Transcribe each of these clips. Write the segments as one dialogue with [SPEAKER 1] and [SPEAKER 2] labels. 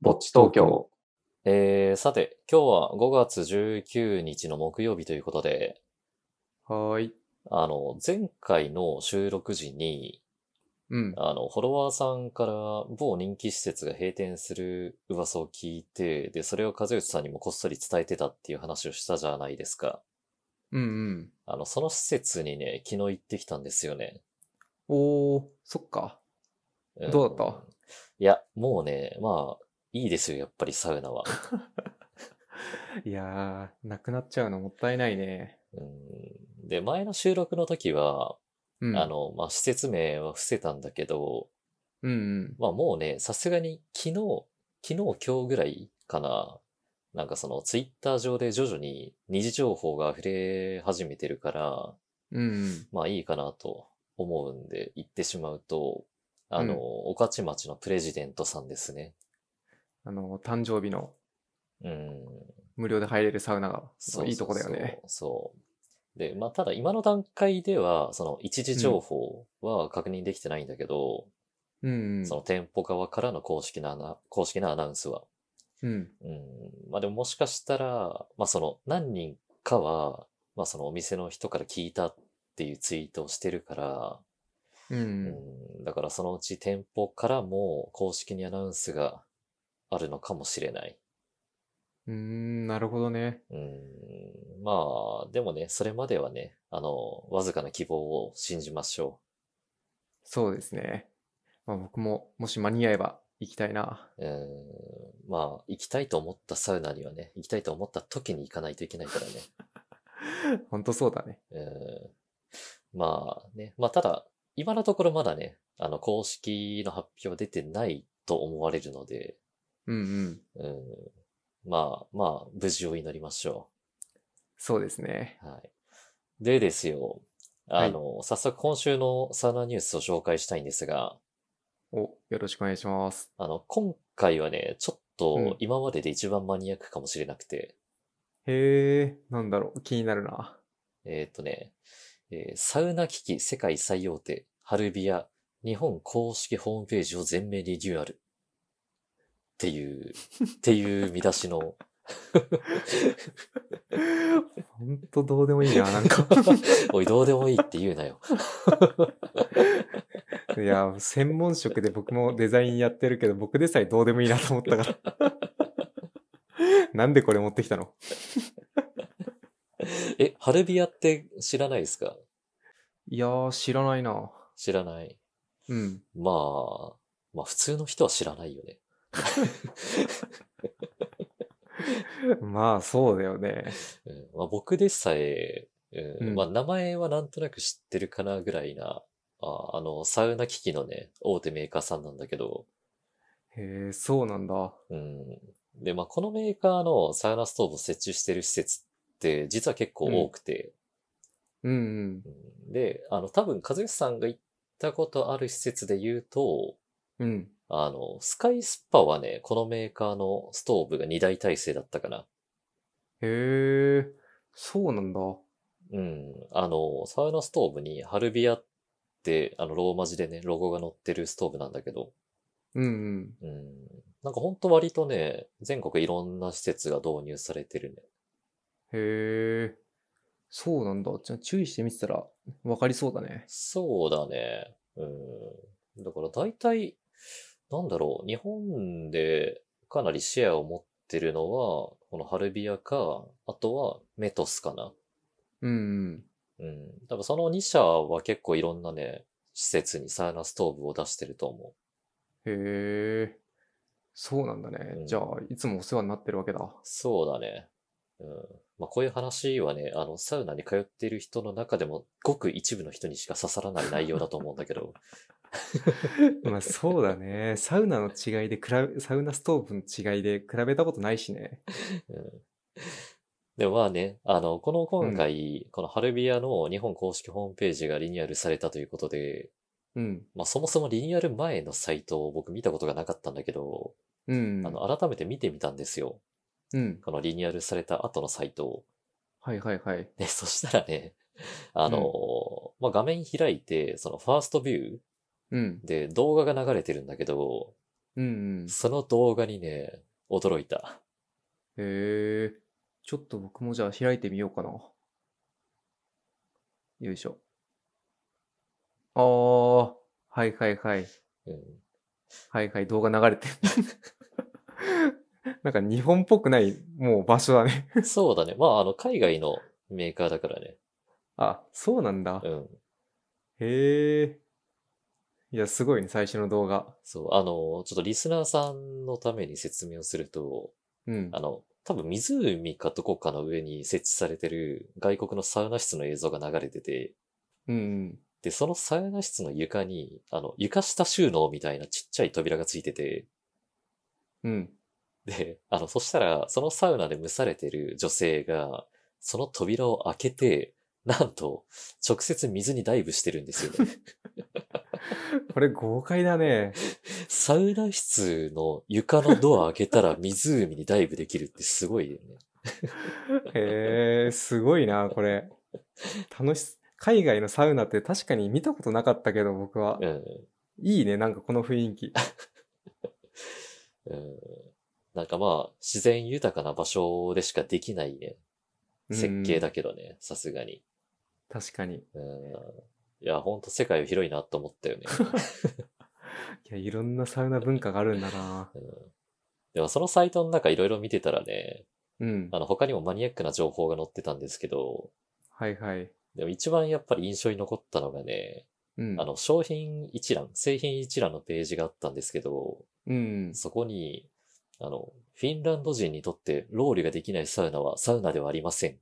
[SPEAKER 1] ぼっち東京。
[SPEAKER 2] えー、さて、今日は5月19日の木曜日ということで、
[SPEAKER 1] はーい。
[SPEAKER 2] あの、前回の収録時に、
[SPEAKER 1] うん。
[SPEAKER 2] あの、フォロワーさんから某人気施設が閉店する噂を聞いて、で、それを和義さんにもこっそり伝えてたっていう話をしたじゃないですか。
[SPEAKER 1] うんうん。
[SPEAKER 2] あの、その施設にね、昨日行ってきたんですよね。
[SPEAKER 1] おー、そっか。
[SPEAKER 2] ん
[SPEAKER 1] どうだった
[SPEAKER 2] いや、もうね、まあ、いいですよ、やっぱりサウナは。
[SPEAKER 1] いやー、なくなっちゃうのもったいないね。
[SPEAKER 2] うん、で、前の収録の時は、
[SPEAKER 1] うん。
[SPEAKER 2] あ、の、まあ、施設名は伏せたんだけど、
[SPEAKER 1] うんうん。
[SPEAKER 2] まあもうね、さすがに昨日、昨日今日ぐらいかな、なんかそのツイッター上で徐々に二次情報が溢れ始めてるから、
[SPEAKER 1] うんうん。
[SPEAKER 2] まあいいかなと思うんで言ってしまうと、あの、
[SPEAKER 1] うん
[SPEAKER 2] 御徒町のプレジデントさんですね。
[SPEAKER 1] あの、誕生日の
[SPEAKER 2] うん。
[SPEAKER 1] 無料で入れるサウナが、
[SPEAKER 2] そうそうそう
[SPEAKER 1] いいとこだよね。。
[SPEAKER 2] そう。で、まあただ今の段階では、その一時情報は確認できてないんだけど、
[SPEAKER 1] うんうん。
[SPEAKER 2] その店舗側からの公式なアナ、公式なアナウンスは。
[SPEAKER 1] うん。
[SPEAKER 2] うん、まあでももしかしたら、まあその何人かは、まあそのお店の人から聞いたっていうツイートをしてるから、
[SPEAKER 1] うん
[SPEAKER 2] う
[SPEAKER 1] うん。
[SPEAKER 2] ん、だからそのうち店舗からも公式にアナウンスがあるのかもしれない。
[SPEAKER 1] うーん、なるほどね。
[SPEAKER 2] うん、まあでもね、それまではね、あの、わずかな希望を信じましょ
[SPEAKER 1] そうですね。まあ僕も、もし間に合えば行きたいな。
[SPEAKER 2] う。うん、まあ行きたいと思ったサウナにはね、行きたいと思った時に行かないといけないからね。
[SPEAKER 1] ほんとそうだね。
[SPEAKER 2] うんまあね、まあただ、今のところまだね、あの、公式の発表は出てないと思われるので、
[SPEAKER 1] うんうん。
[SPEAKER 2] うん、まあまあ、無事を祈りましょ
[SPEAKER 1] そうですね。
[SPEAKER 2] う。はい。でですよ、
[SPEAKER 1] はい
[SPEAKER 2] あの、早速今週のサウナニュースを紹介したいんですが、
[SPEAKER 1] お、よろしくお願いします。
[SPEAKER 2] あの、今回はね、ちょっ
[SPEAKER 1] うん
[SPEAKER 2] と今までで一番マニアックかもしれなくて、
[SPEAKER 1] へえ、なんだろう。気になるな。
[SPEAKER 2] えーっ、とね、えーサウナ機器世界最大手、ハルビア、日本公式ホームページを全面リニューアル。って いう、っていう見出し の、
[SPEAKER 1] ほんとどうでもいいな、なんか。
[SPEAKER 2] おい、どうでもいいって言うなよ。
[SPEAKER 1] いや、専門職で僕もデザインやってるけど、僕でさえどうでもいいなと思ったから。 なんでこれ持ってきたの
[SPEAKER 2] え、ハルビアって知らないですか
[SPEAKER 1] いやー、知らないな。
[SPEAKER 2] 知らない。
[SPEAKER 1] うん。
[SPEAKER 2] まあ、まあ普通の人は知らないよね。
[SPEAKER 1] まあ、そうだよね。
[SPEAKER 2] うんまあ、僕でさえ、うん
[SPEAKER 1] うん
[SPEAKER 2] まあ名前はなんとなく知ってるかなぐらいな、ああの、サウナ機器のね、大手メーカーさんなんだけど、
[SPEAKER 1] へえ、そうなんだ。
[SPEAKER 2] うん。で、まあ、このメーカーのサウナストーブを設置してる施設って、実は結構多くて、
[SPEAKER 1] うんうん。
[SPEAKER 2] うんで、あの、多分、和義さんが行ったことある施設で言うと、
[SPEAKER 1] うん。
[SPEAKER 2] あの、スカイスパはね、このメーカーのストーブが2台体制だったかな。
[SPEAKER 1] へえ、そうなんだ。
[SPEAKER 2] うん。あの、サウナストーブに、ハルビアって、あの、ローマ字でね、ロゴが載ってるストーブなんだけど、
[SPEAKER 1] うんうん。
[SPEAKER 2] うん。なんかほんと割とね、全国いろんな施設が導入されてるね。
[SPEAKER 1] へえ、そうなんだ。じゃあ注意してみてたら分かりそうだね。
[SPEAKER 2] そうだね。うん。だから大体、なんだろう、日本でかなりシェアを持ってるのは、このハルビアか、あとはメトスかな。
[SPEAKER 1] うんうん。
[SPEAKER 2] うん。多分その2社は結構いろんなね、施設にサウナストーブを出してると思う。
[SPEAKER 1] へえ、そうなんだ
[SPEAKER 2] う
[SPEAKER 1] ね。
[SPEAKER 2] ん
[SPEAKER 1] じゃあ、いつもお世話になってるわけだ。
[SPEAKER 2] そうだね。うん。まあこういう話はね、あの、サウナに通っている人の中でも、ごく一部の人にしか刺さらない内容だと思うんだけど。
[SPEAKER 1] まあそうだね。サウナの違いで比べ、サウナストーブの違いで比べたことないしね。
[SPEAKER 2] うんでもまあね、あの、この今回、このハルビアの日本公式ホームページがリニューアルされたということで、
[SPEAKER 1] うん。
[SPEAKER 2] まあそもそもリニューアル前のサイトを僕見たことがなかったんだけど、
[SPEAKER 1] うん。
[SPEAKER 2] あの、改めて見てみたんですよ。
[SPEAKER 1] うん。
[SPEAKER 2] このリニューアルされた後のサイトを。
[SPEAKER 1] はいはいはい。
[SPEAKER 2] で、そしたらね、あの、まあ画面開いて、そのファーストビュ
[SPEAKER 1] うん。
[SPEAKER 2] ーで動画が流れてるんだけど、
[SPEAKER 1] うんうん。へ
[SPEAKER 2] その動画にね、驚いた。
[SPEAKER 1] えー。ちょっと僕もじゃあ開いてみようかな。よいしょ。あー、はいはいはい。
[SPEAKER 2] うん。
[SPEAKER 1] はいはい、動画流れて る。なんか日本っぽくない、もう場所だね。
[SPEAKER 2] そうだね。まあ、あの、海外のメーカーだからね。
[SPEAKER 1] あ、そうなんだ。
[SPEAKER 2] うん。
[SPEAKER 1] へえ。いや、すごいね、最初の動画。
[SPEAKER 2] そう、あの、ちょっとリスナーさんのために説明をすると、
[SPEAKER 1] うん
[SPEAKER 2] あ。の、多分湖かどこかの上に設置されてる外国のサウナ室の映像が流れてて、
[SPEAKER 1] うんうん。
[SPEAKER 2] で、そのサウナ室の床に、あの、床下収納みたいなちっちゃい扉がついてて、
[SPEAKER 1] うん。
[SPEAKER 2] で、あの、そしたら、そのサウナで蒸されてる女性が、その扉を開けて、なんと、直接水にダイブしてるんですよね。
[SPEAKER 1] これ豪快だね。
[SPEAKER 2] サウナ室の床のドア開けたら湖にダイブできるってすごいよね。
[SPEAKER 1] へえ、すごいな、これ。楽し、海外のサウナって確かに見たことなかったけど、僕は。
[SPEAKER 2] うん。
[SPEAKER 1] いいね、なんかこの雰囲気。
[SPEAKER 2] うんなんかまあ、自然豊かな場所でしかできないね、設計
[SPEAKER 1] うん
[SPEAKER 2] だけどね、さすがに。
[SPEAKER 1] 確かに。い
[SPEAKER 2] うん。いや、ほんと世界は広いなと思ったよね。
[SPEAKER 1] や、いろんなサウナ文化があるんだな。
[SPEAKER 2] うん、でもそのサイトの中いろいろ見てたらね、
[SPEAKER 1] うん
[SPEAKER 2] あ。の他にもマニアックな情報が載ってたんですけど、
[SPEAKER 1] はいはい。
[SPEAKER 2] でも一番やっぱり印象に残ったのがね、
[SPEAKER 1] うん。
[SPEAKER 2] あの商品一覧、製品一覧のページがあったんですけど、
[SPEAKER 1] うん。
[SPEAKER 2] そこに、あの、フィンランド人にとってロウリュができないサウナはサウナではありません。っ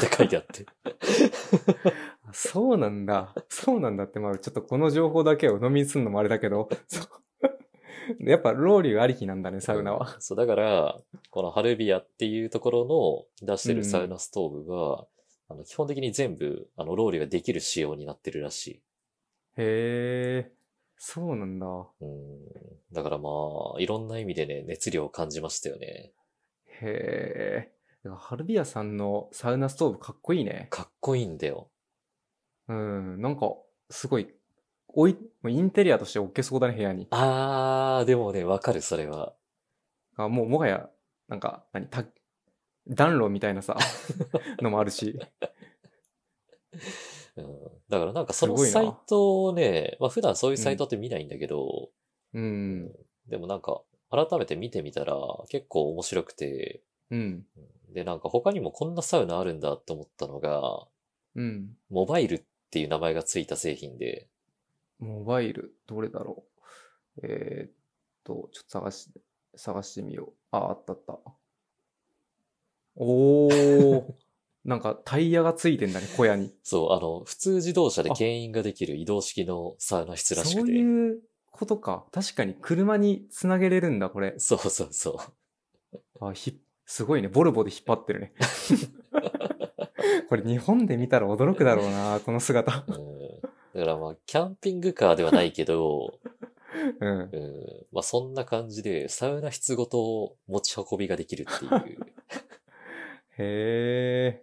[SPEAKER 2] て書いてあって。
[SPEAKER 1] あそうなんだ。そうなんだって、まあちょっとこの情報だけを飲みにすんのもあれだけど、そう。 やっぱ、ロウリュありきなんだね、サウナは。
[SPEAKER 2] うん。そう、だから、このハルビアっていうところの出してるサウナストーブが、あの基本的に全部、あの、ロウリュができる仕様になってるらし
[SPEAKER 1] へえ、そうなんだ。
[SPEAKER 2] い。うん。だからまあ、いろんな意味でね、熱量を感じましたよね。
[SPEAKER 1] へえ。いやハルビアさんのサウナストーブかっこいいね。
[SPEAKER 2] かっこいいんだよ。
[SPEAKER 1] うん、なんか、すごい、おい、もうインテリアとして置けそうだね、部屋に。
[SPEAKER 2] あー、でもね、わかる、それは。
[SPEAKER 1] あもう、もはや、なんか、何、た、暖炉みたいなさ、のもあるし。
[SPEAKER 2] うん。だからなんかその
[SPEAKER 1] すごいな
[SPEAKER 2] サイトをね、まあ普段そういうサイトって見ないんだけど、
[SPEAKER 1] うん、
[SPEAKER 2] でもなんか、改めて見てみたら結構面白くて、
[SPEAKER 1] うん、
[SPEAKER 2] で、なんか他にもこんなサウナあるんだって思ったのが、
[SPEAKER 1] うん。
[SPEAKER 2] モバイルっていう名前がついた製品で、
[SPEAKER 1] モバイル、どれだろう。えー、っと、ちょっと探し、探してみよう。あ、あったあった。おー。なんかタイヤがついてんだね、小屋に。
[SPEAKER 2] そう、あの、普通自動車で
[SPEAKER 1] あ
[SPEAKER 2] 牽引ができる移動式のサウナ室らし
[SPEAKER 1] そ
[SPEAKER 2] く
[SPEAKER 1] う
[SPEAKER 2] て。
[SPEAKER 1] いうことか。確かに車につなげれるんだ、これ。
[SPEAKER 2] そうそうそう
[SPEAKER 1] あ、ひ、すごいね。ボルボで引っ張ってるね。 これ日本で見たら驚くだろうな、この姿。
[SPEAKER 2] うん。だからまあ、キャンピングカーではないけど、
[SPEAKER 1] うん。
[SPEAKER 2] うん。まあそんな感じで、サウナ室ごと持ち運びができるっていう。
[SPEAKER 1] へえ。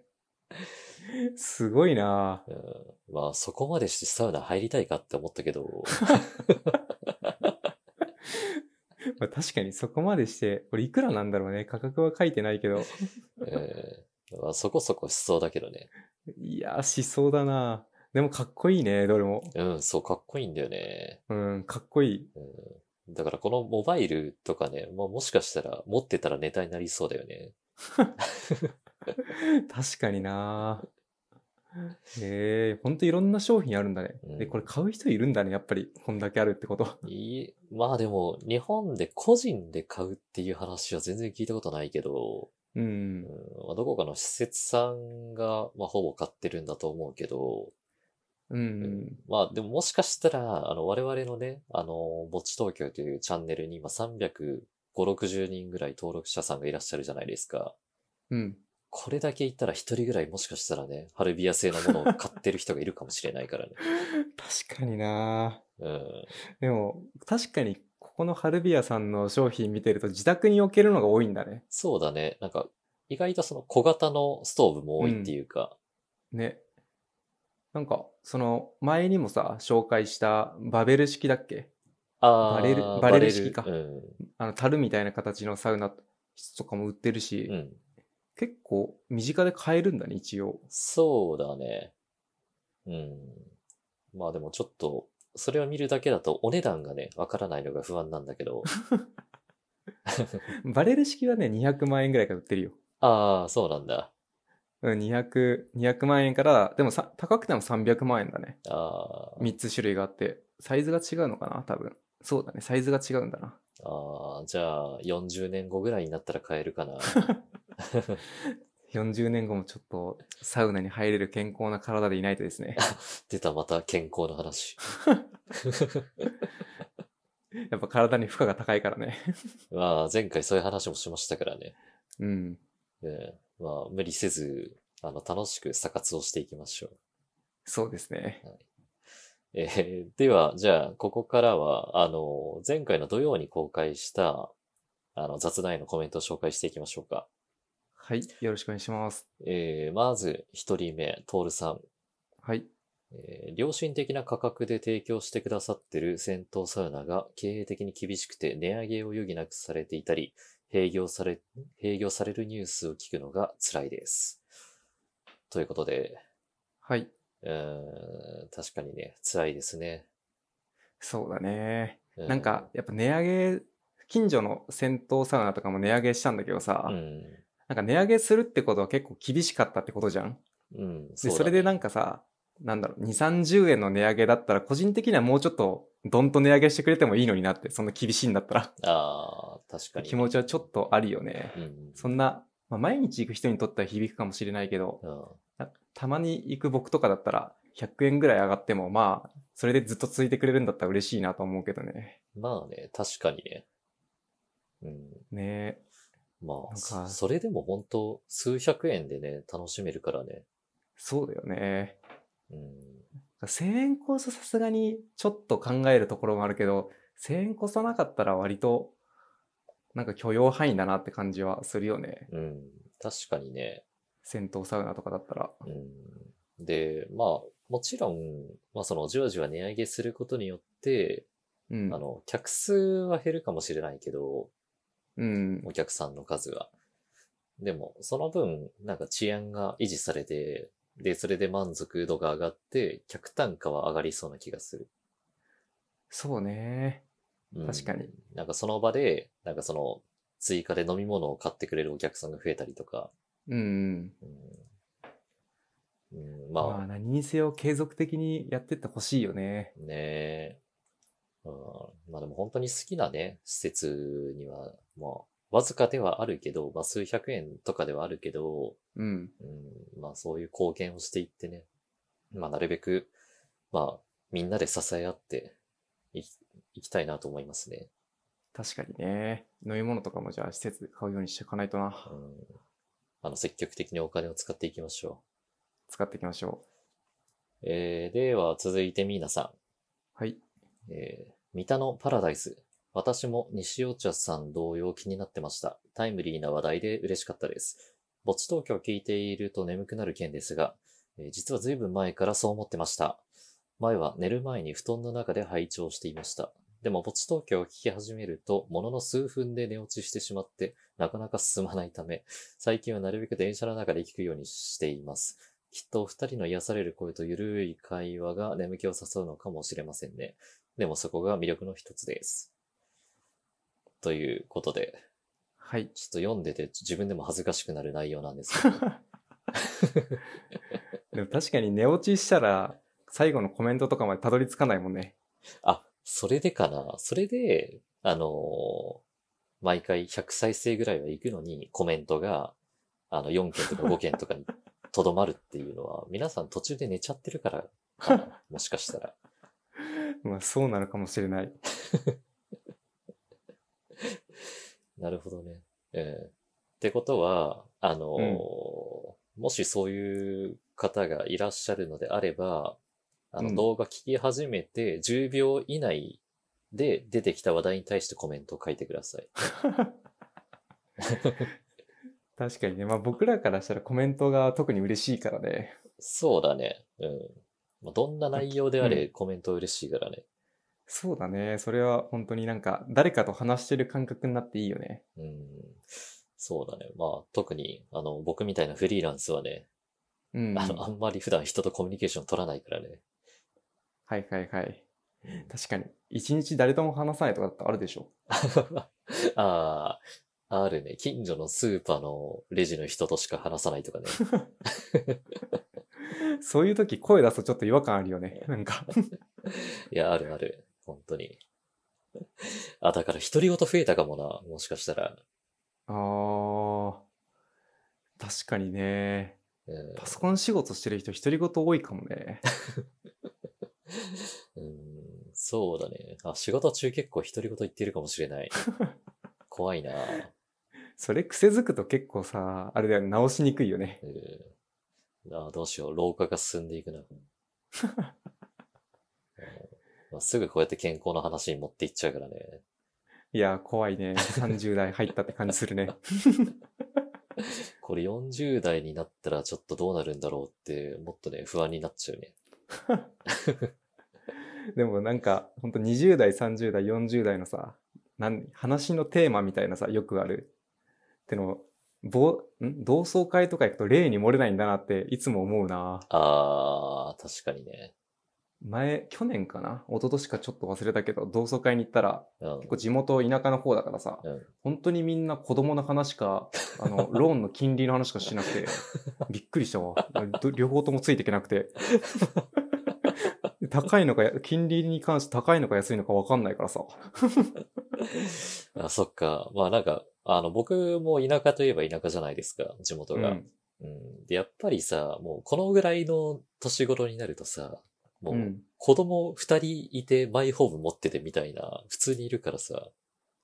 [SPEAKER 1] すごいな。
[SPEAKER 2] うん、まあそこまでしてサウナ入りたいかって思ったけど、
[SPEAKER 1] まあ、確かにそこまでして、これいくらなんだろうね。価格は書いてないけど。
[SPEAKER 2] えーまあ、そこそこしそうだけどね。
[SPEAKER 1] いやー、しそうだな。でもかっこいいね、どれも。
[SPEAKER 2] うん、そう、かっこいいんだよね。
[SPEAKER 1] うん、かっこいい。
[SPEAKER 2] うん、だからこのモバイルとかね、まあ、もしかしたら持ってたらネタになりそうだよね。
[SPEAKER 1] 確かにな。へえ、ほんといろんな商品あるんだね。
[SPEAKER 2] うん
[SPEAKER 1] で、これ買う人いるんだね、やっぱり。こんだけあるってこと。
[SPEAKER 2] いいまあでも、日本で個人で買うっていう話は全然聞いたことないけど、
[SPEAKER 1] う
[SPEAKER 2] うん
[SPEAKER 1] ん。
[SPEAKER 2] まあ、どこかの施設さんが、まあ、ほぼ買ってるんだと思うけど、
[SPEAKER 1] うん。
[SPEAKER 2] まあでももしかしたら、あの、我々のね、あの、ぼっち東京というチャンネルに今350、60人ぐらい登録者さんがいらっしゃるじゃないですか。
[SPEAKER 1] うん。
[SPEAKER 2] これだけ言ったら一人ぐらいもしかしたらね、ハルビア製のものを買ってる人がいるかもしれないからね。
[SPEAKER 1] 確かにな。
[SPEAKER 2] うん。
[SPEAKER 1] でも、確かに、ここのハルビアさんの商品見てると自宅に置けるのが多いんだね。
[SPEAKER 2] そうだね。なんか、意外とその小型のストーブも多いっていうか、
[SPEAKER 1] ね。なんか、その、前にもさ、紹介したバベル式だっけ
[SPEAKER 2] あー
[SPEAKER 1] バレルバレル式か
[SPEAKER 2] うん。
[SPEAKER 1] あの、樽みたいな形のサウナ室とかも売ってるし、
[SPEAKER 2] うん。
[SPEAKER 1] 結構身近で買えるんだね、一応。
[SPEAKER 2] そうだね。うん。まあでもちょっと、それを見るだけだとお値段がね、わからないのが不安なんだけ ど。
[SPEAKER 1] バレル式はね、200万円ぐらいから売ってるよ。
[SPEAKER 2] ああ、そうなんだ。
[SPEAKER 1] うん、200、200万円から、でもさ、高くても300万円だね。
[SPEAKER 2] あー
[SPEAKER 1] 3つ種類があって、サイズが違うのかな、多分。そうだね、サイズが違うんだな。
[SPEAKER 2] あー、じゃあ40年後ぐらいになったら買えるか な。
[SPEAKER 1] 40年後もちょっとサウナに入れる健康な体でいないとです ね。
[SPEAKER 2] 出たまた健康の話。
[SPEAKER 1] やっぱ体に負荷が高いからね。
[SPEAKER 2] まあ前回そういう話もしましたからね。
[SPEAKER 1] うん。
[SPEAKER 2] ねまあ無理せず、あの楽しくサ活をしていきましょう。
[SPEAKER 1] そうですね。
[SPEAKER 2] えーで は、じゃあ、ここからは、あの、前回の土曜に公開した、あの、雑談へのコメントを紹介していきましょうか。
[SPEAKER 1] はい。よろしくお願いします。
[SPEAKER 2] えーまず、一人目、トールさん。
[SPEAKER 1] はい。
[SPEAKER 2] えー良心的な価格で提供してくださってる銭湯サウナが経営的に厳しくて値上げを余儀なくされていたり、閉業され、閉業されるニュースを聞くのが辛いです。ということで、
[SPEAKER 1] はい。
[SPEAKER 2] うーん、確かにね、辛いですね。
[SPEAKER 1] そうだね。
[SPEAKER 2] う
[SPEAKER 1] なんか、、やっぱ値上げ、近所の銭湯サウナとかも値上げしたんだけどさ、
[SPEAKER 2] うん、
[SPEAKER 1] なんか値上げするってことは結構厳しかったってことじゃん
[SPEAKER 2] うん、
[SPEAKER 1] で、
[SPEAKER 2] うだ
[SPEAKER 1] それで
[SPEAKER 2] ね
[SPEAKER 1] なんかさ、なんだろう、2、30円の値上げだったら、個人的にはもうちょっと、どんと値上げしてくれてもいいのになって、そんな厳しいんだったら。
[SPEAKER 2] ああ、確かに。
[SPEAKER 1] 気持ちはちょっとあるよね。
[SPEAKER 2] うん。
[SPEAKER 1] そんな、まあ、毎日行く人にとっては響くかもしれないけど、
[SPEAKER 2] うん。
[SPEAKER 1] なたまに行く僕とかだったら、100円ぐらい上がっても、まあ、それでずっと続いてくれるんだったら嬉しいなと思うけどね。
[SPEAKER 2] まあね、確かにね。うん。
[SPEAKER 1] ねえ
[SPEAKER 2] ま
[SPEAKER 1] な
[SPEAKER 2] あ、
[SPEAKER 1] ん
[SPEAKER 2] そ
[SPEAKER 1] か
[SPEAKER 2] それでも本当数百円でね、楽しめるからね。
[SPEAKER 1] そうだよね。
[SPEAKER 2] うん。
[SPEAKER 1] 1000円コースさすがにちょっと考えるところもあるけど、1000円コースはなかったら割と、なんか許容範囲だなって感じはするよね。
[SPEAKER 2] うん。確かにね。
[SPEAKER 1] 銭湯サウナとかだったら。
[SPEAKER 2] うん。で、まあ、もちろん、まあその、じわじわ値上げすることによって、
[SPEAKER 1] うん。
[SPEAKER 2] あの、客数は減るかもしれないけど、
[SPEAKER 1] うん。
[SPEAKER 2] お客さんの数が。でも、その分、なんか治安が維持されて、で、それで満足度が上がって、客単価は上がりそうな気がする。
[SPEAKER 1] そうね。
[SPEAKER 2] うん
[SPEAKER 1] 確かに。
[SPEAKER 2] なんかその場で、なんかその、追加で飲み物を買ってくれるお客さんが増えたりとか。
[SPEAKER 1] うん。
[SPEAKER 2] うん。うん
[SPEAKER 1] まあ
[SPEAKER 2] まあ、
[SPEAKER 1] 何にせよ継続的にやってってほしいよね。
[SPEAKER 2] ねえ。うん、まあでも本当に好きなね、施設には、まあ、わずかではあるけど、まあ数百円とかではあるけど、
[SPEAKER 1] うん。
[SPEAKER 2] うん、まあそういう貢献をしていってね、まあなるべく、まあみんなで支え合っていきいきたいなと思いますね。
[SPEAKER 1] 確かにね。飲み物とかもじゃあ施設で買うようにしていかないと
[SPEAKER 2] う
[SPEAKER 1] な。
[SPEAKER 2] ん、あの積極的にお金を使っていきましょ
[SPEAKER 1] 使っていきましょ
[SPEAKER 2] う。えー、では続いてミーナさ
[SPEAKER 1] う。はい。
[SPEAKER 2] ん。えー、三田のパラダイス。私も西尾茶さん同様気になってました。タイムリーな話題で嬉しかったです。墓地東京を聞いていると眠くなる件ですが、えー実は随分前からそう思ってました。前は寝る前に布団の中で拝聴していました。でも墓地東京を聞き始めると、ものの数分で寝落ちしてしまって、なかなか進まないため、最近はなるべく電車の中で聞くようにしています。きっとお二人の癒される声とゆるい会話が眠気を誘うのかもしれませんね。でもそこが魅力の一つです。ということで、
[SPEAKER 1] はい。
[SPEAKER 2] ちょっと読んでて自分でも恥ずかしくなる内容なんですけど。
[SPEAKER 1] でも確かに寝落ちしたら、最後のコメントとかまでたどり着かないもんね。
[SPEAKER 2] あ、それでかな。それで、あのー毎回100再生ぐらいは行くのにコメントが、あの、4件とか5件とかにとどまるっていうのは、皆さん途中で寝ちゃってるからかな、もしかしたら。
[SPEAKER 1] まあそうなるかもしれない。
[SPEAKER 2] なるほどね。ええってことは、あのー
[SPEAKER 1] うん
[SPEAKER 2] もしそういう方がいらっしゃるのであれば、あ
[SPEAKER 1] う
[SPEAKER 2] の
[SPEAKER 1] ん
[SPEAKER 2] 動画聞き始めて10秒以内で出てきた話題に対してコメントを書いてください。
[SPEAKER 1] 確かにね。まあ僕らからしたらコメントが特に嬉しいからね。
[SPEAKER 2] そうだね。うん。まあどんな内容であ
[SPEAKER 1] う
[SPEAKER 2] れコメント嬉しいからね。
[SPEAKER 1] そうだね。それは本当になんか、誰かと話してる感覚になっていいよね。
[SPEAKER 2] うん。そうだね。まあ、特に、あの、僕みたいなフリーランスはね、
[SPEAKER 1] うん。
[SPEAKER 2] あの、
[SPEAKER 1] は
[SPEAKER 2] あんまり普段人とコミュニケーション取らないからね。
[SPEAKER 1] いはいはい。確かに、一日誰とも話さないとかだってあるでしょ。
[SPEAKER 2] ああ、あるね。近所のスーパーのレジの人としか話さないとかね。
[SPEAKER 1] そういう時声出すとちょっと違和感あるよね。なんか。
[SPEAKER 2] いや、あるある。本当に。あ、だから独り言増えたかもな。もしかしたら。
[SPEAKER 1] あー。確かにね。
[SPEAKER 2] うん
[SPEAKER 1] パソコン仕事してる人、独り言多いかもね。
[SPEAKER 2] うん、そうだね。あ、仕事中結構独り言言ってるかもしれない。怖いな、
[SPEAKER 1] それ癖づくと結構さ、あれだよね、直しにくいよね。
[SPEAKER 2] うん、あどうしよう。老化が進んでいくな。うんまあ、すぐこうやって健康の話に持っていっちゃうからね。
[SPEAKER 1] いや、怖いね。30代入ったって感じするね。
[SPEAKER 2] これ40代になったらちょっとどうなるんだろうって、もっとね、不安になっちゃうね。
[SPEAKER 1] でもなんか、ほんと20代、30代、40代のさ、なん話のテーマみたいなさ、よくある。ってのを、ぼん同窓会とか行くと例に漏れないんだなっていつも思うな。
[SPEAKER 2] あー、確かにね。
[SPEAKER 1] 前、去年かな一昨年かちょっと忘れたけど、同窓会に行ったら、
[SPEAKER 2] うん
[SPEAKER 1] 結構地元田舎の方だからさ、
[SPEAKER 2] うん
[SPEAKER 1] 本当にみんな子供の話か、あ の、ローンの金利の話しかしなくて、びっくりしたわ。ど両方ともついていけなく て。高いのかや、金利に関して高いのか安いのか分かんないからさ。
[SPEAKER 2] あ、そっか。まあなんか、あの、僕も田舎といえば田舎じゃないですか、地元が。
[SPEAKER 1] うん
[SPEAKER 2] うん。で、やっぱりさ、もうこのぐらいの年頃になるとさ、も
[SPEAKER 1] う。
[SPEAKER 2] うん子供二人いてマイホーム持っててみたいな、普通にいるからさ、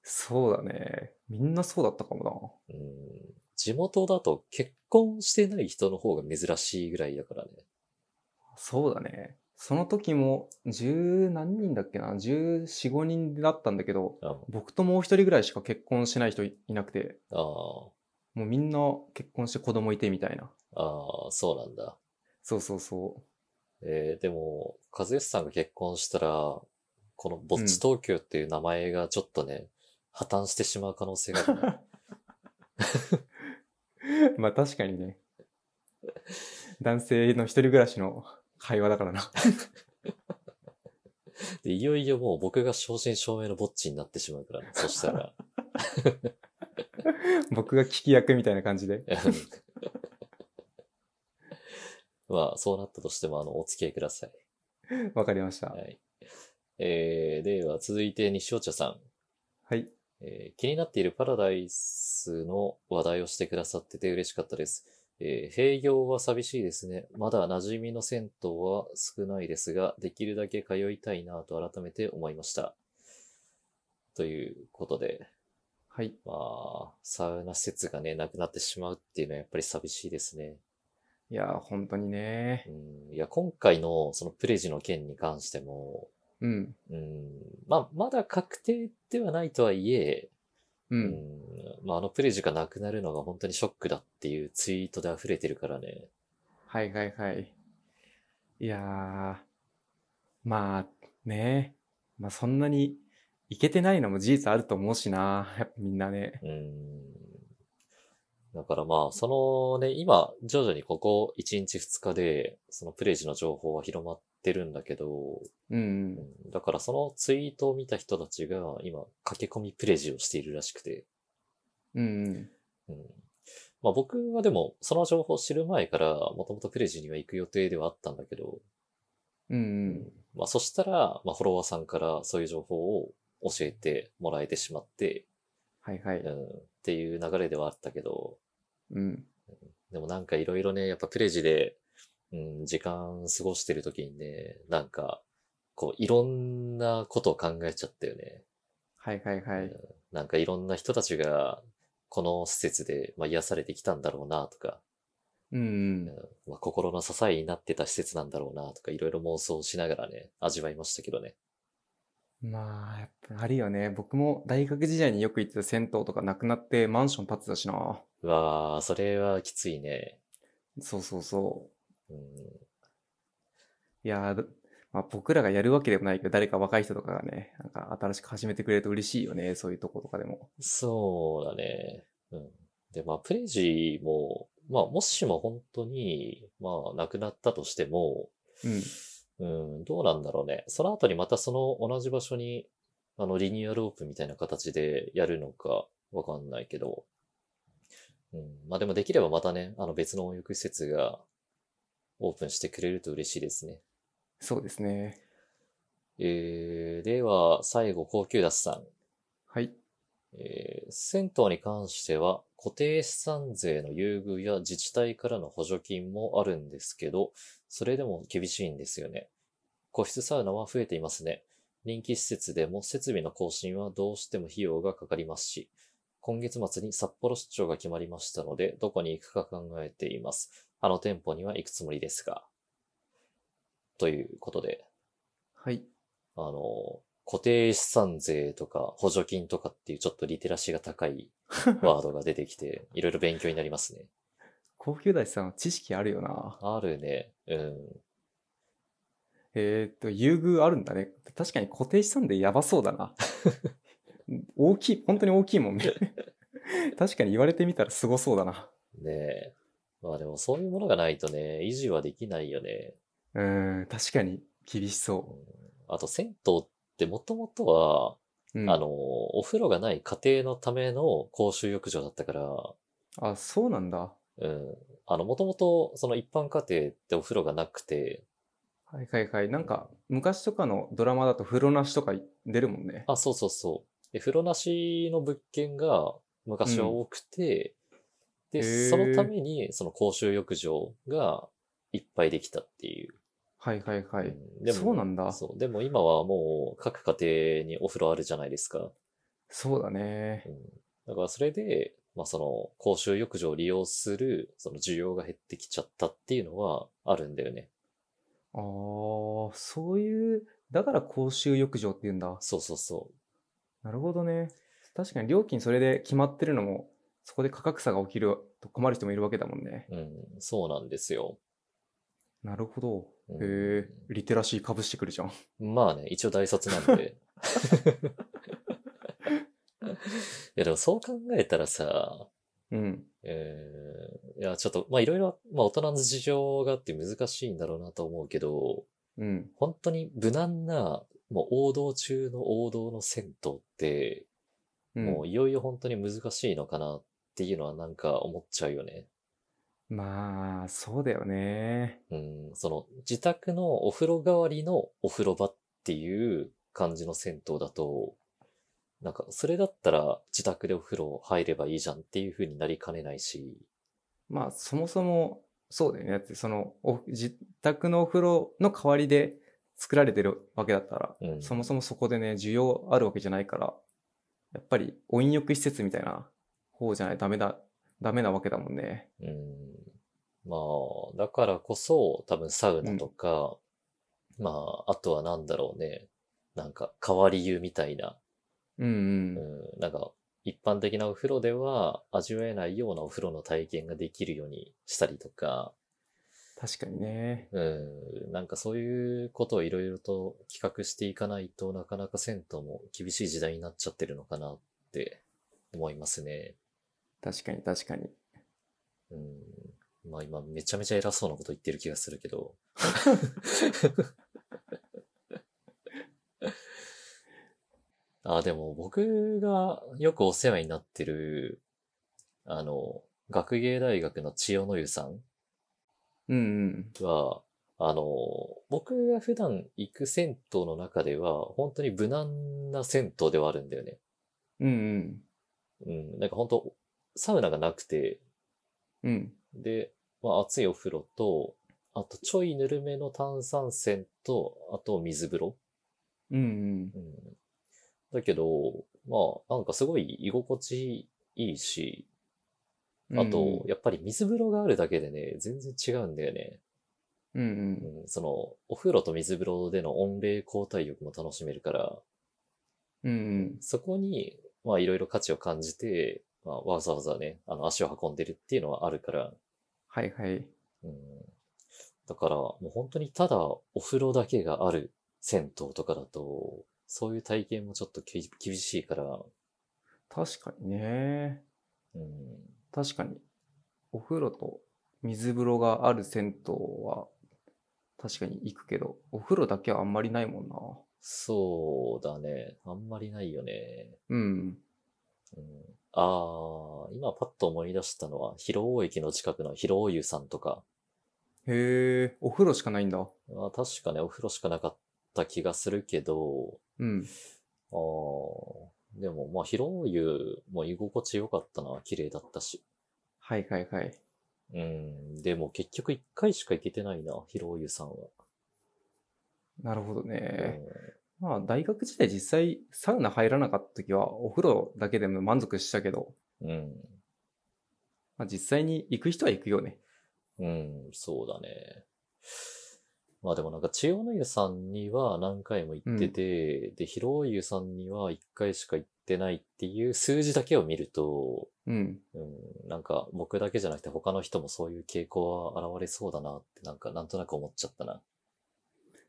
[SPEAKER 1] そうだね。みんなそうだったかも
[SPEAKER 2] うん、地元だと結婚してない人の方が珍しいぐらいだからね。
[SPEAKER 1] な。そうだね。その時も、十何人だっけな十四五人だったんだけど、
[SPEAKER 2] あ
[SPEAKER 1] 僕ともう一人ぐらいしか結婚してない人いいなくて、
[SPEAKER 2] あー、
[SPEAKER 1] もうみんな結婚して子供いてみたいな。
[SPEAKER 2] ああ、そうなんだ。
[SPEAKER 1] そうそうそう。
[SPEAKER 2] えー、でも、和義さんが結婚したら、このぼっち東京っていう名前がちょっとね、破綻してしまう可能性があるな。
[SPEAKER 1] まあ確かにね。男性の一人暮らしの会話だからな。
[SPEAKER 2] で、いよいよもう僕が正真正銘のぼっちになってしまうから、そしたら。
[SPEAKER 1] 僕が聞き役みたいな感じで。
[SPEAKER 2] まあ、そうなったとしても、あの、お付き合いください。
[SPEAKER 1] わかりました
[SPEAKER 2] は。い。えー、では続いて西尾茶さん。
[SPEAKER 1] はい。
[SPEAKER 2] えー気になっているパラダイスの話題をしてくださってて嬉しかったです。えー閉業は寂しいですね。まだ馴染みの銭湯は少ないですが、できるだけ通いたいなと改めて思いました。ということで、
[SPEAKER 1] はい。
[SPEAKER 2] まあ、サウナ施設がね、なくなってしまうっていうのはやっぱり寂しいですね。
[SPEAKER 1] いやー、本当にね。
[SPEAKER 2] うん、いや、今回のそのプレジの件に関しても、
[SPEAKER 1] うん。
[SPEAKER 2] うん、まあ、まだ確定ではないとはいえ、
[SPEAKER 1] う。
[SPEAKER 2] うんん、まあ、あのプレジがなくなるのが本当にショックだっていうツイートで溢れてるからね。
[SPEAKER 1] はいはいはい。いやー、まあね。まあそんなにいけてないのも事実あると思うしな。やっぱみんなね。
[SPEAKER 2] うん。だからまあ、そのね、今、徐々にここ1日2日で、そのプレジの情報は広まってるんだけど、
[SPEAKER 1] うん
[SPEAKER 2] う。んだからそのツイートを見た人たちが今、駆け込みプレジをしているらしくて、
[SPEAKER 1] うんうん。
[SPEAKER 2] うん。まあ僕はでも、その情報を知る前から、もともとプレジには行く予定ではあったんだけど、
[SPEAKER 1] うんうん。
[SPEAKER 2] まあそしたら、まあフォロワーさんからそういう情報を教えてもらえてしまって、。
[SPEAKER 1] はいはいう
[SPEAKER 2] ん、っていう流れではあったけど、
[SPEAKER 1] うん。
[SPEAKER 2] でもなんかいろいろね、やっぱプレジで、うん、時間過ごしてる時にね、なんか、こういろんなことを考えちゃったよね。
[SPEAKER 1] はいはいはい。
[SPEAKER 2] なんかいろんな人たちが、この施設で、まあ、癒されてきたんだろうなとか、
[SPEAKER 1] うんうん。
[SPEAKER 2] まあ、心の支えになってた施設なんだろうなとか、いろいろ妄想しながらね、味わいましたけどね。
[SPEAKER 1] まあ、やっぱあるよね。僕も大学時代によく行ってた銭湯とかなくなってマンション建てたしな。
[SPEAKER 2] うわー、それはきついね。
[SPEAKER 1] そうそうそ
[SPEAKER 2] うん、
[SPEAKER 1] う。いやー、だまあ、僕らがやるわけでもないけど、誰か若い人とかがね、なんか新しく始めてくれると嬉しいよね、そういうとことかでも。
[SPEAKER 2] そうだね。うん。で、まあ、プレジも、まあ、もしも本当に、まあ、なくなったとしても、
[SPEAKER 1] うん。
[SPEAKER 2] うん、どうなんだろうね。その後にまたその同じ場所に、あの、リニューアルオープンみたいな形でやるのかわかんないけど。うん、まあでもできればまたね、あの別の温浴施設がオープンしてくれると嬉しいですね。
[SPEAKER 1] そうですね。
[SPEAKER 2] えー、では、最後、高級ダスさん。
[SPEAKER 1] はい。
[SPEAKER 2] えー銭湯に関しては固定資産税の優遇や自治体からの補助金もあるんですけど、それでも厳しいんですよね。個室サウナは増えていますね。人気施設でも設備の更新はどうしても費用がかかりますし、今月末に札幌出張が決まりましたので、どこに行くか考えています。あの店舗には行くつもりですが。ということで、
[SPEAKER 1] はい。
[SPEAKER 2] あの、固定資産税とか補助金とかっていうちょっとリテラシーが 高いワードが出てきて、いろいろ勉強になりますね。
[SPEAKER 1] 高級大師さんは知識あるよな。
[SPEAKER 2] あるね。うん。
[SPEAKER 1] えーっと、優遇あるんだね。確かに固定資産でやばそうだな。 大きい、本当に大きいもんね。 確かに言われてみたらすごそうだな。
[SPEAKER 2] ねえ。まあでもそういうものがないとね、維持はできないよね。
[SPEAKER 1] うーん、確かに厳しそ
[SPEAKER 2] あと銭湯ってもともとは、
[SPEAKER 1] う。うん、
[SPEAKER 2] あの、お風呂がない家庭のための公衆浴場だったから、
[SPEAKER 1] あ、そうなんだ。
[SPEAKER 2] うん。あの、もともとその一般家庭ってお風呂がなくて、
[SPEAKER 1] はいはいはい。なんか、昔とかのドラマだと風呂なしとか出るもんね。
[SPEAKER 2] あ、そうそうそう。で、風呂なしの物件が昔は多くて、
[SPEAKER 1] んへ
[SPEAKER 2] で、
[SPEAKER 1] ー
[SPEAKER 2] そのために、その公衆浴場がいっぱいできたっていう。
[SPEAKER 1] はいはいはい。
[SPEAKER 2] うんでも
[SPEAKER 1] そうなんだ
[SPEAKER 2] そう。でも今はもう各家庭にお風呂あるじゃないですか。
[SPEAKER 1] そうだね
[SPEAKER 2] う。ん、だからそれで、まあその公衆浴場を利用する、その需要が減ってきちゃったっていうのはあるんだよね。
[SPEAKER 1] ああ、そういう、だから公衆浴場って言うんだ。
[SPEAKER 2] そうそうそう。
[SPEAKER 1] なるほどね。確かに料金それで決まってるのも、そこで価格差が起きると困る人もいるわけだもんね。
[SPEAKER 2] うん、そうなんですよ。
[SPEAKER 1] なるほど。
[SPEAKER 2] う
[SPEAKER 1] へ
[SPEAKER 2] ん
[SPEAKER 1] え、リテラシーかぶしてくるじゃん。
[SPEAKER 2] まあね、一応大卒なんで。いやでもそう考えたらさ、
[SPEAKER 1] うん。
[SPEAKER 2] えー、いやちょっと、まあいろいろ、まあ大人の事情があって難しいんだろうなと思うけど、
[SPEAKER 1] うん。
[SPEAKER 2] 本当に無難な、もう王道中の王道の銭湯って、
[SPEAKER 1] うん、
[SPEAKER 2] もういよいよ本当に難しいのかなっていうのはなんか思っちゃうよね。
[SPEAKER 1] まあ、そうだよね。
[SPEAKER 2] うん、その自宅のお風呂代わりのお風呂場っていう感じの銭湯だと、なんかそれだったら自宅でお風呂入ればいいじゃんっていう風になりかねないし、
[SPEAKER 1] まあ、そもそも、そうだよね。だって、その、お自宅のお風呂の代わりで作られてるわけだったら、
[SPEAKER 2] うん
[SPEAKER 1] そもそもそこでね、需要あるわけじゃないから、やっぱり、温浴施設みたいな方じゃない、ダメだ、ダメなわけだもんね。
[SPEAKER 2] うん、まあ、だからこそ多分サウナとか、まあ、あとはなんだろうね、なんか変わり湯みたいな
[SPEAKER 1] うんうん。
[SPEAKER 2] うん、なんか一般的なお風呂では味わえないようなお風呂の体験ができるようにしたりとか、
[SPEAKER 1] 確かにね。
[SPEAKER 2] うん、なんかそういうことをいろいろと企画していかないとなかなか銭湯も厳しい時代になっちゃってるのかなって思いますね。
[SPEAKER 1] 確かに確かに。
[SPEAKER 2] うん、まあ今めちゃめちゃ偉そうなこと言ってる気がするけど。あ、でも僕がよくお世話になってる、あの、学芸大学の千代の湯さん
[SPEAKER 1] うんうん。
[SPEAKER 2] は、あの、僕が普段行く銭湯の中では、本当に無難な銭湯ではあるんだよね。
[SPEAKER 1] うんうん。
[SPEAKER 2] うん、なんか本当、サウナがなくて、
[SPEAKER 1] うん。
[SPEAKER 2] で、まあ、熱いお風呂と、あとちょいぬるめの炭酸泉と、あと水風呂。
[SPEAKER 1] うんうん
[SPEAKER 2] う。ん、だけど、まあ、なんかすごい居心地いいし、あと、やっぱり水風呂があるだけでね、全然違うんだよね。
[SPEAKER 1] うんうん。
[SPEAKER 2] うん、その、お風呂と水風呂での温冷交代浴も楽しめるから、
[SPEAKER 1] うんうん。
[SPEAKER 2] そこに、まあ、いろいろ価値を感じて、まあ、わざわざね、あの、足を運んでるっていうのはあるから、
[SPEAKER 1] はいはい。
[SPEAKER 2] うんだから、もう本当にただお風呂だけがある銭湯とかだと、そういう体験もちょっとき厳しいから、
[SPEAKER 1] 確かにね。
[SPEAKER 2] うん、
[SPEAKER 1] 確かに。お風呂と水風呂がある銭湯は確かに行くけど、お風呂だけはあんまりないもんな。
[SPEAKER 2] そうだね。あんまりないよね。
[SPEAKER 1] うん。
[SPEAKER 2] うん、ああ、今パッと思い出したのは、広尾駅の近くの広尾湯さんとか、
[SPEAKER 1] へえ、お風呂しかないんだ。
[SPEAKER 2] まあ、確かね、お風呂しかなかった気がするけど、
[SPEAKER 1] うん。
[SPEAKER 2] ああ、でも、まあ、広湯も居心地良かったな、綺麗だったし。
[SPEAKER 1] はいはいはい。
[SPEAKER 2] うん、でも結局一回しか行けてないな、広湯さんは。
[SPEAKER 1] なるほどね。
[SPEAKER 2] うん
[SPEAKER 1] まあ大学時代実際サウナ入らなかった時はお風呂だけでも満足したけど、
[SPEAKER 2] うん。
[SPEAKER 1] まあ、実際に行く人は行くよね。
[SPEAKER 2] うん、そうだね。まあでもなんか、千代の湯さんには何回も行ってて、で、広湯さんには一回しか行ってないっていう数字だけを見ると、
[SPEAKER 1] うん。
[SPEAKER 2] うん、なんか僕だけじゃなくて他の人もそういう傾向は現れそうだなってなんかなんとなく思っちゃったな。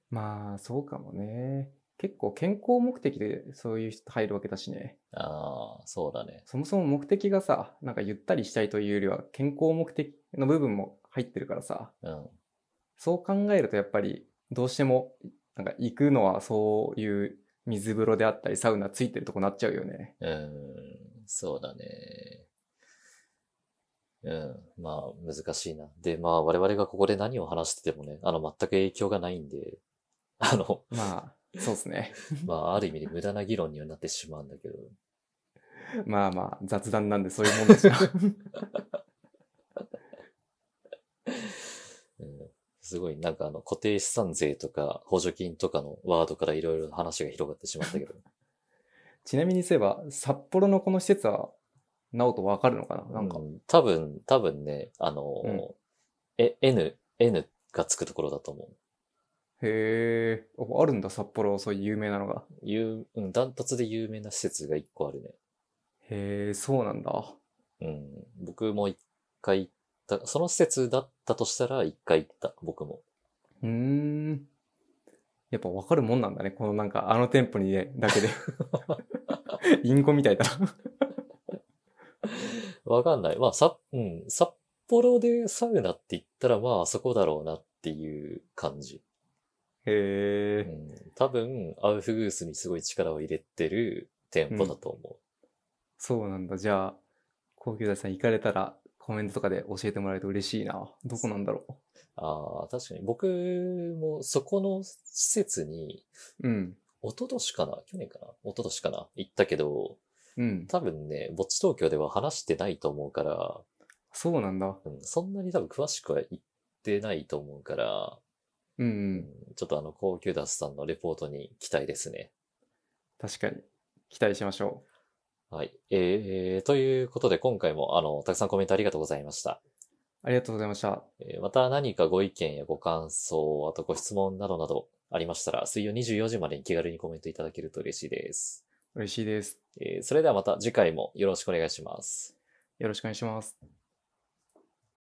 [SPEAKER 1] まあそうかもね。結構健康目的でそういう人入るわけだしね。
[SPEAKER 2] ああ、そうだね。
[SPEAKER 1] そもそも目的がさ、なんかゆったりしたいというよりは健康目的の部分も入ってるからさ、
[SPEAKER 2] うん。
[SPEAKER 1] そう考えるとやっぱりどうしてもなんか行くのはそういう水風呂であったりサウナついてるとこなっちゃうよね。
[SPEAKER 2] うん、そうだね。うん、まあ難しいな。で、まあ我々がここで何を話しててもね、あの全く影響がないんで、あの、
[SPEAKER 1] まあ、そうですね。
[SPEAKER 2] まあある意味で無駄な議論にはなってしまうんだけど。
[SPEAKER 1] まあまあ雑談なんでそういうもんですよ。
[SPEAKER 2] うん、すごいなんかあの固定資産税とか補助金とかのワードからいろいろ話が広がってしまったけど。
[SPEAKER 1] ちなみにそういえば札幌のこの施設はなおとわかるのか ななんか、
[SPEAKER 2] う多分、多分ね、あのー、
[SPEAKER 1] うん
[SPEAKER 2] え、N、N がつくところだと思う。
[SPEAKER 1] へえ、おあるんだ札幌そういう有名なのが。
[SPEAKER 2] 有うん、ダントツで有名な施設が一個あるね。
[SPEAKER 1] へえ、そうなんだ。
[SPEAKER 2] うん。僕も一回行った、その施設だったとしたら一回行った、僕も。
[SPEAKER 1] うーん。やっぱわかるもんなんだね。このなんか、あの店舗にね、だけで。 インコみたいだな。
[SPEAKER 2] わかんない。まあ、さ、うん、札幌でサウナって言ったら、まあ、あそこだろうなっていう感じ。う
[SPEAKER 1] へえ。
[SPEAKER 2] ん。多分、アウフグースにすごい力を入れてる店舗だと思う。
[SPEAKER 1] そうなんだ。じゃあ、高級大さん行かれたらコメントとかで教えてもらえると嬉しいな。どこなんだろ
[SPEAKER 2] ああ、確かに。僕もそこの施設に、
[SPEAKER 1] う。うん。
[SPEAKER 2] 一昨年かな去年かな一昨年かな行ったけど、
[SPEAKER 1] うん。
[SPEAKER 2] 多分ね、ぼっち東京では話してないと思うから、
[SPEAKER 1] そうなんだ。
[SPEAKER 2] うん、そんなに多分詳しくは言ってないと思うから、
[SPEAKER 1] うん、う
[SPEAKER 2] うん
[SPEAKER 1] ん。、
[SPEAKER 2] ちょっとあの、高級ダスさんのレポートに期待ですね。
[SPEAKER 1] 確かに。期待しましょ
[SPEAKER 2] はい。えー、ということで今回もあの、たくさんコメントありがとうございました。
[SPEAKER 1] う。ありがとうございました。
[SPEAKER 2] えーまた何かご意見やご感想、あとご質問などなどありましたら、水曜24時までに気軽にコメントいただけると嬉しいです。
[SPEAKER 1] 嬉しいです。
[SPEAKER 2] えーそれではまた次回もよろしくお願いします。
[SPEAKER 1] よろしくお願いします。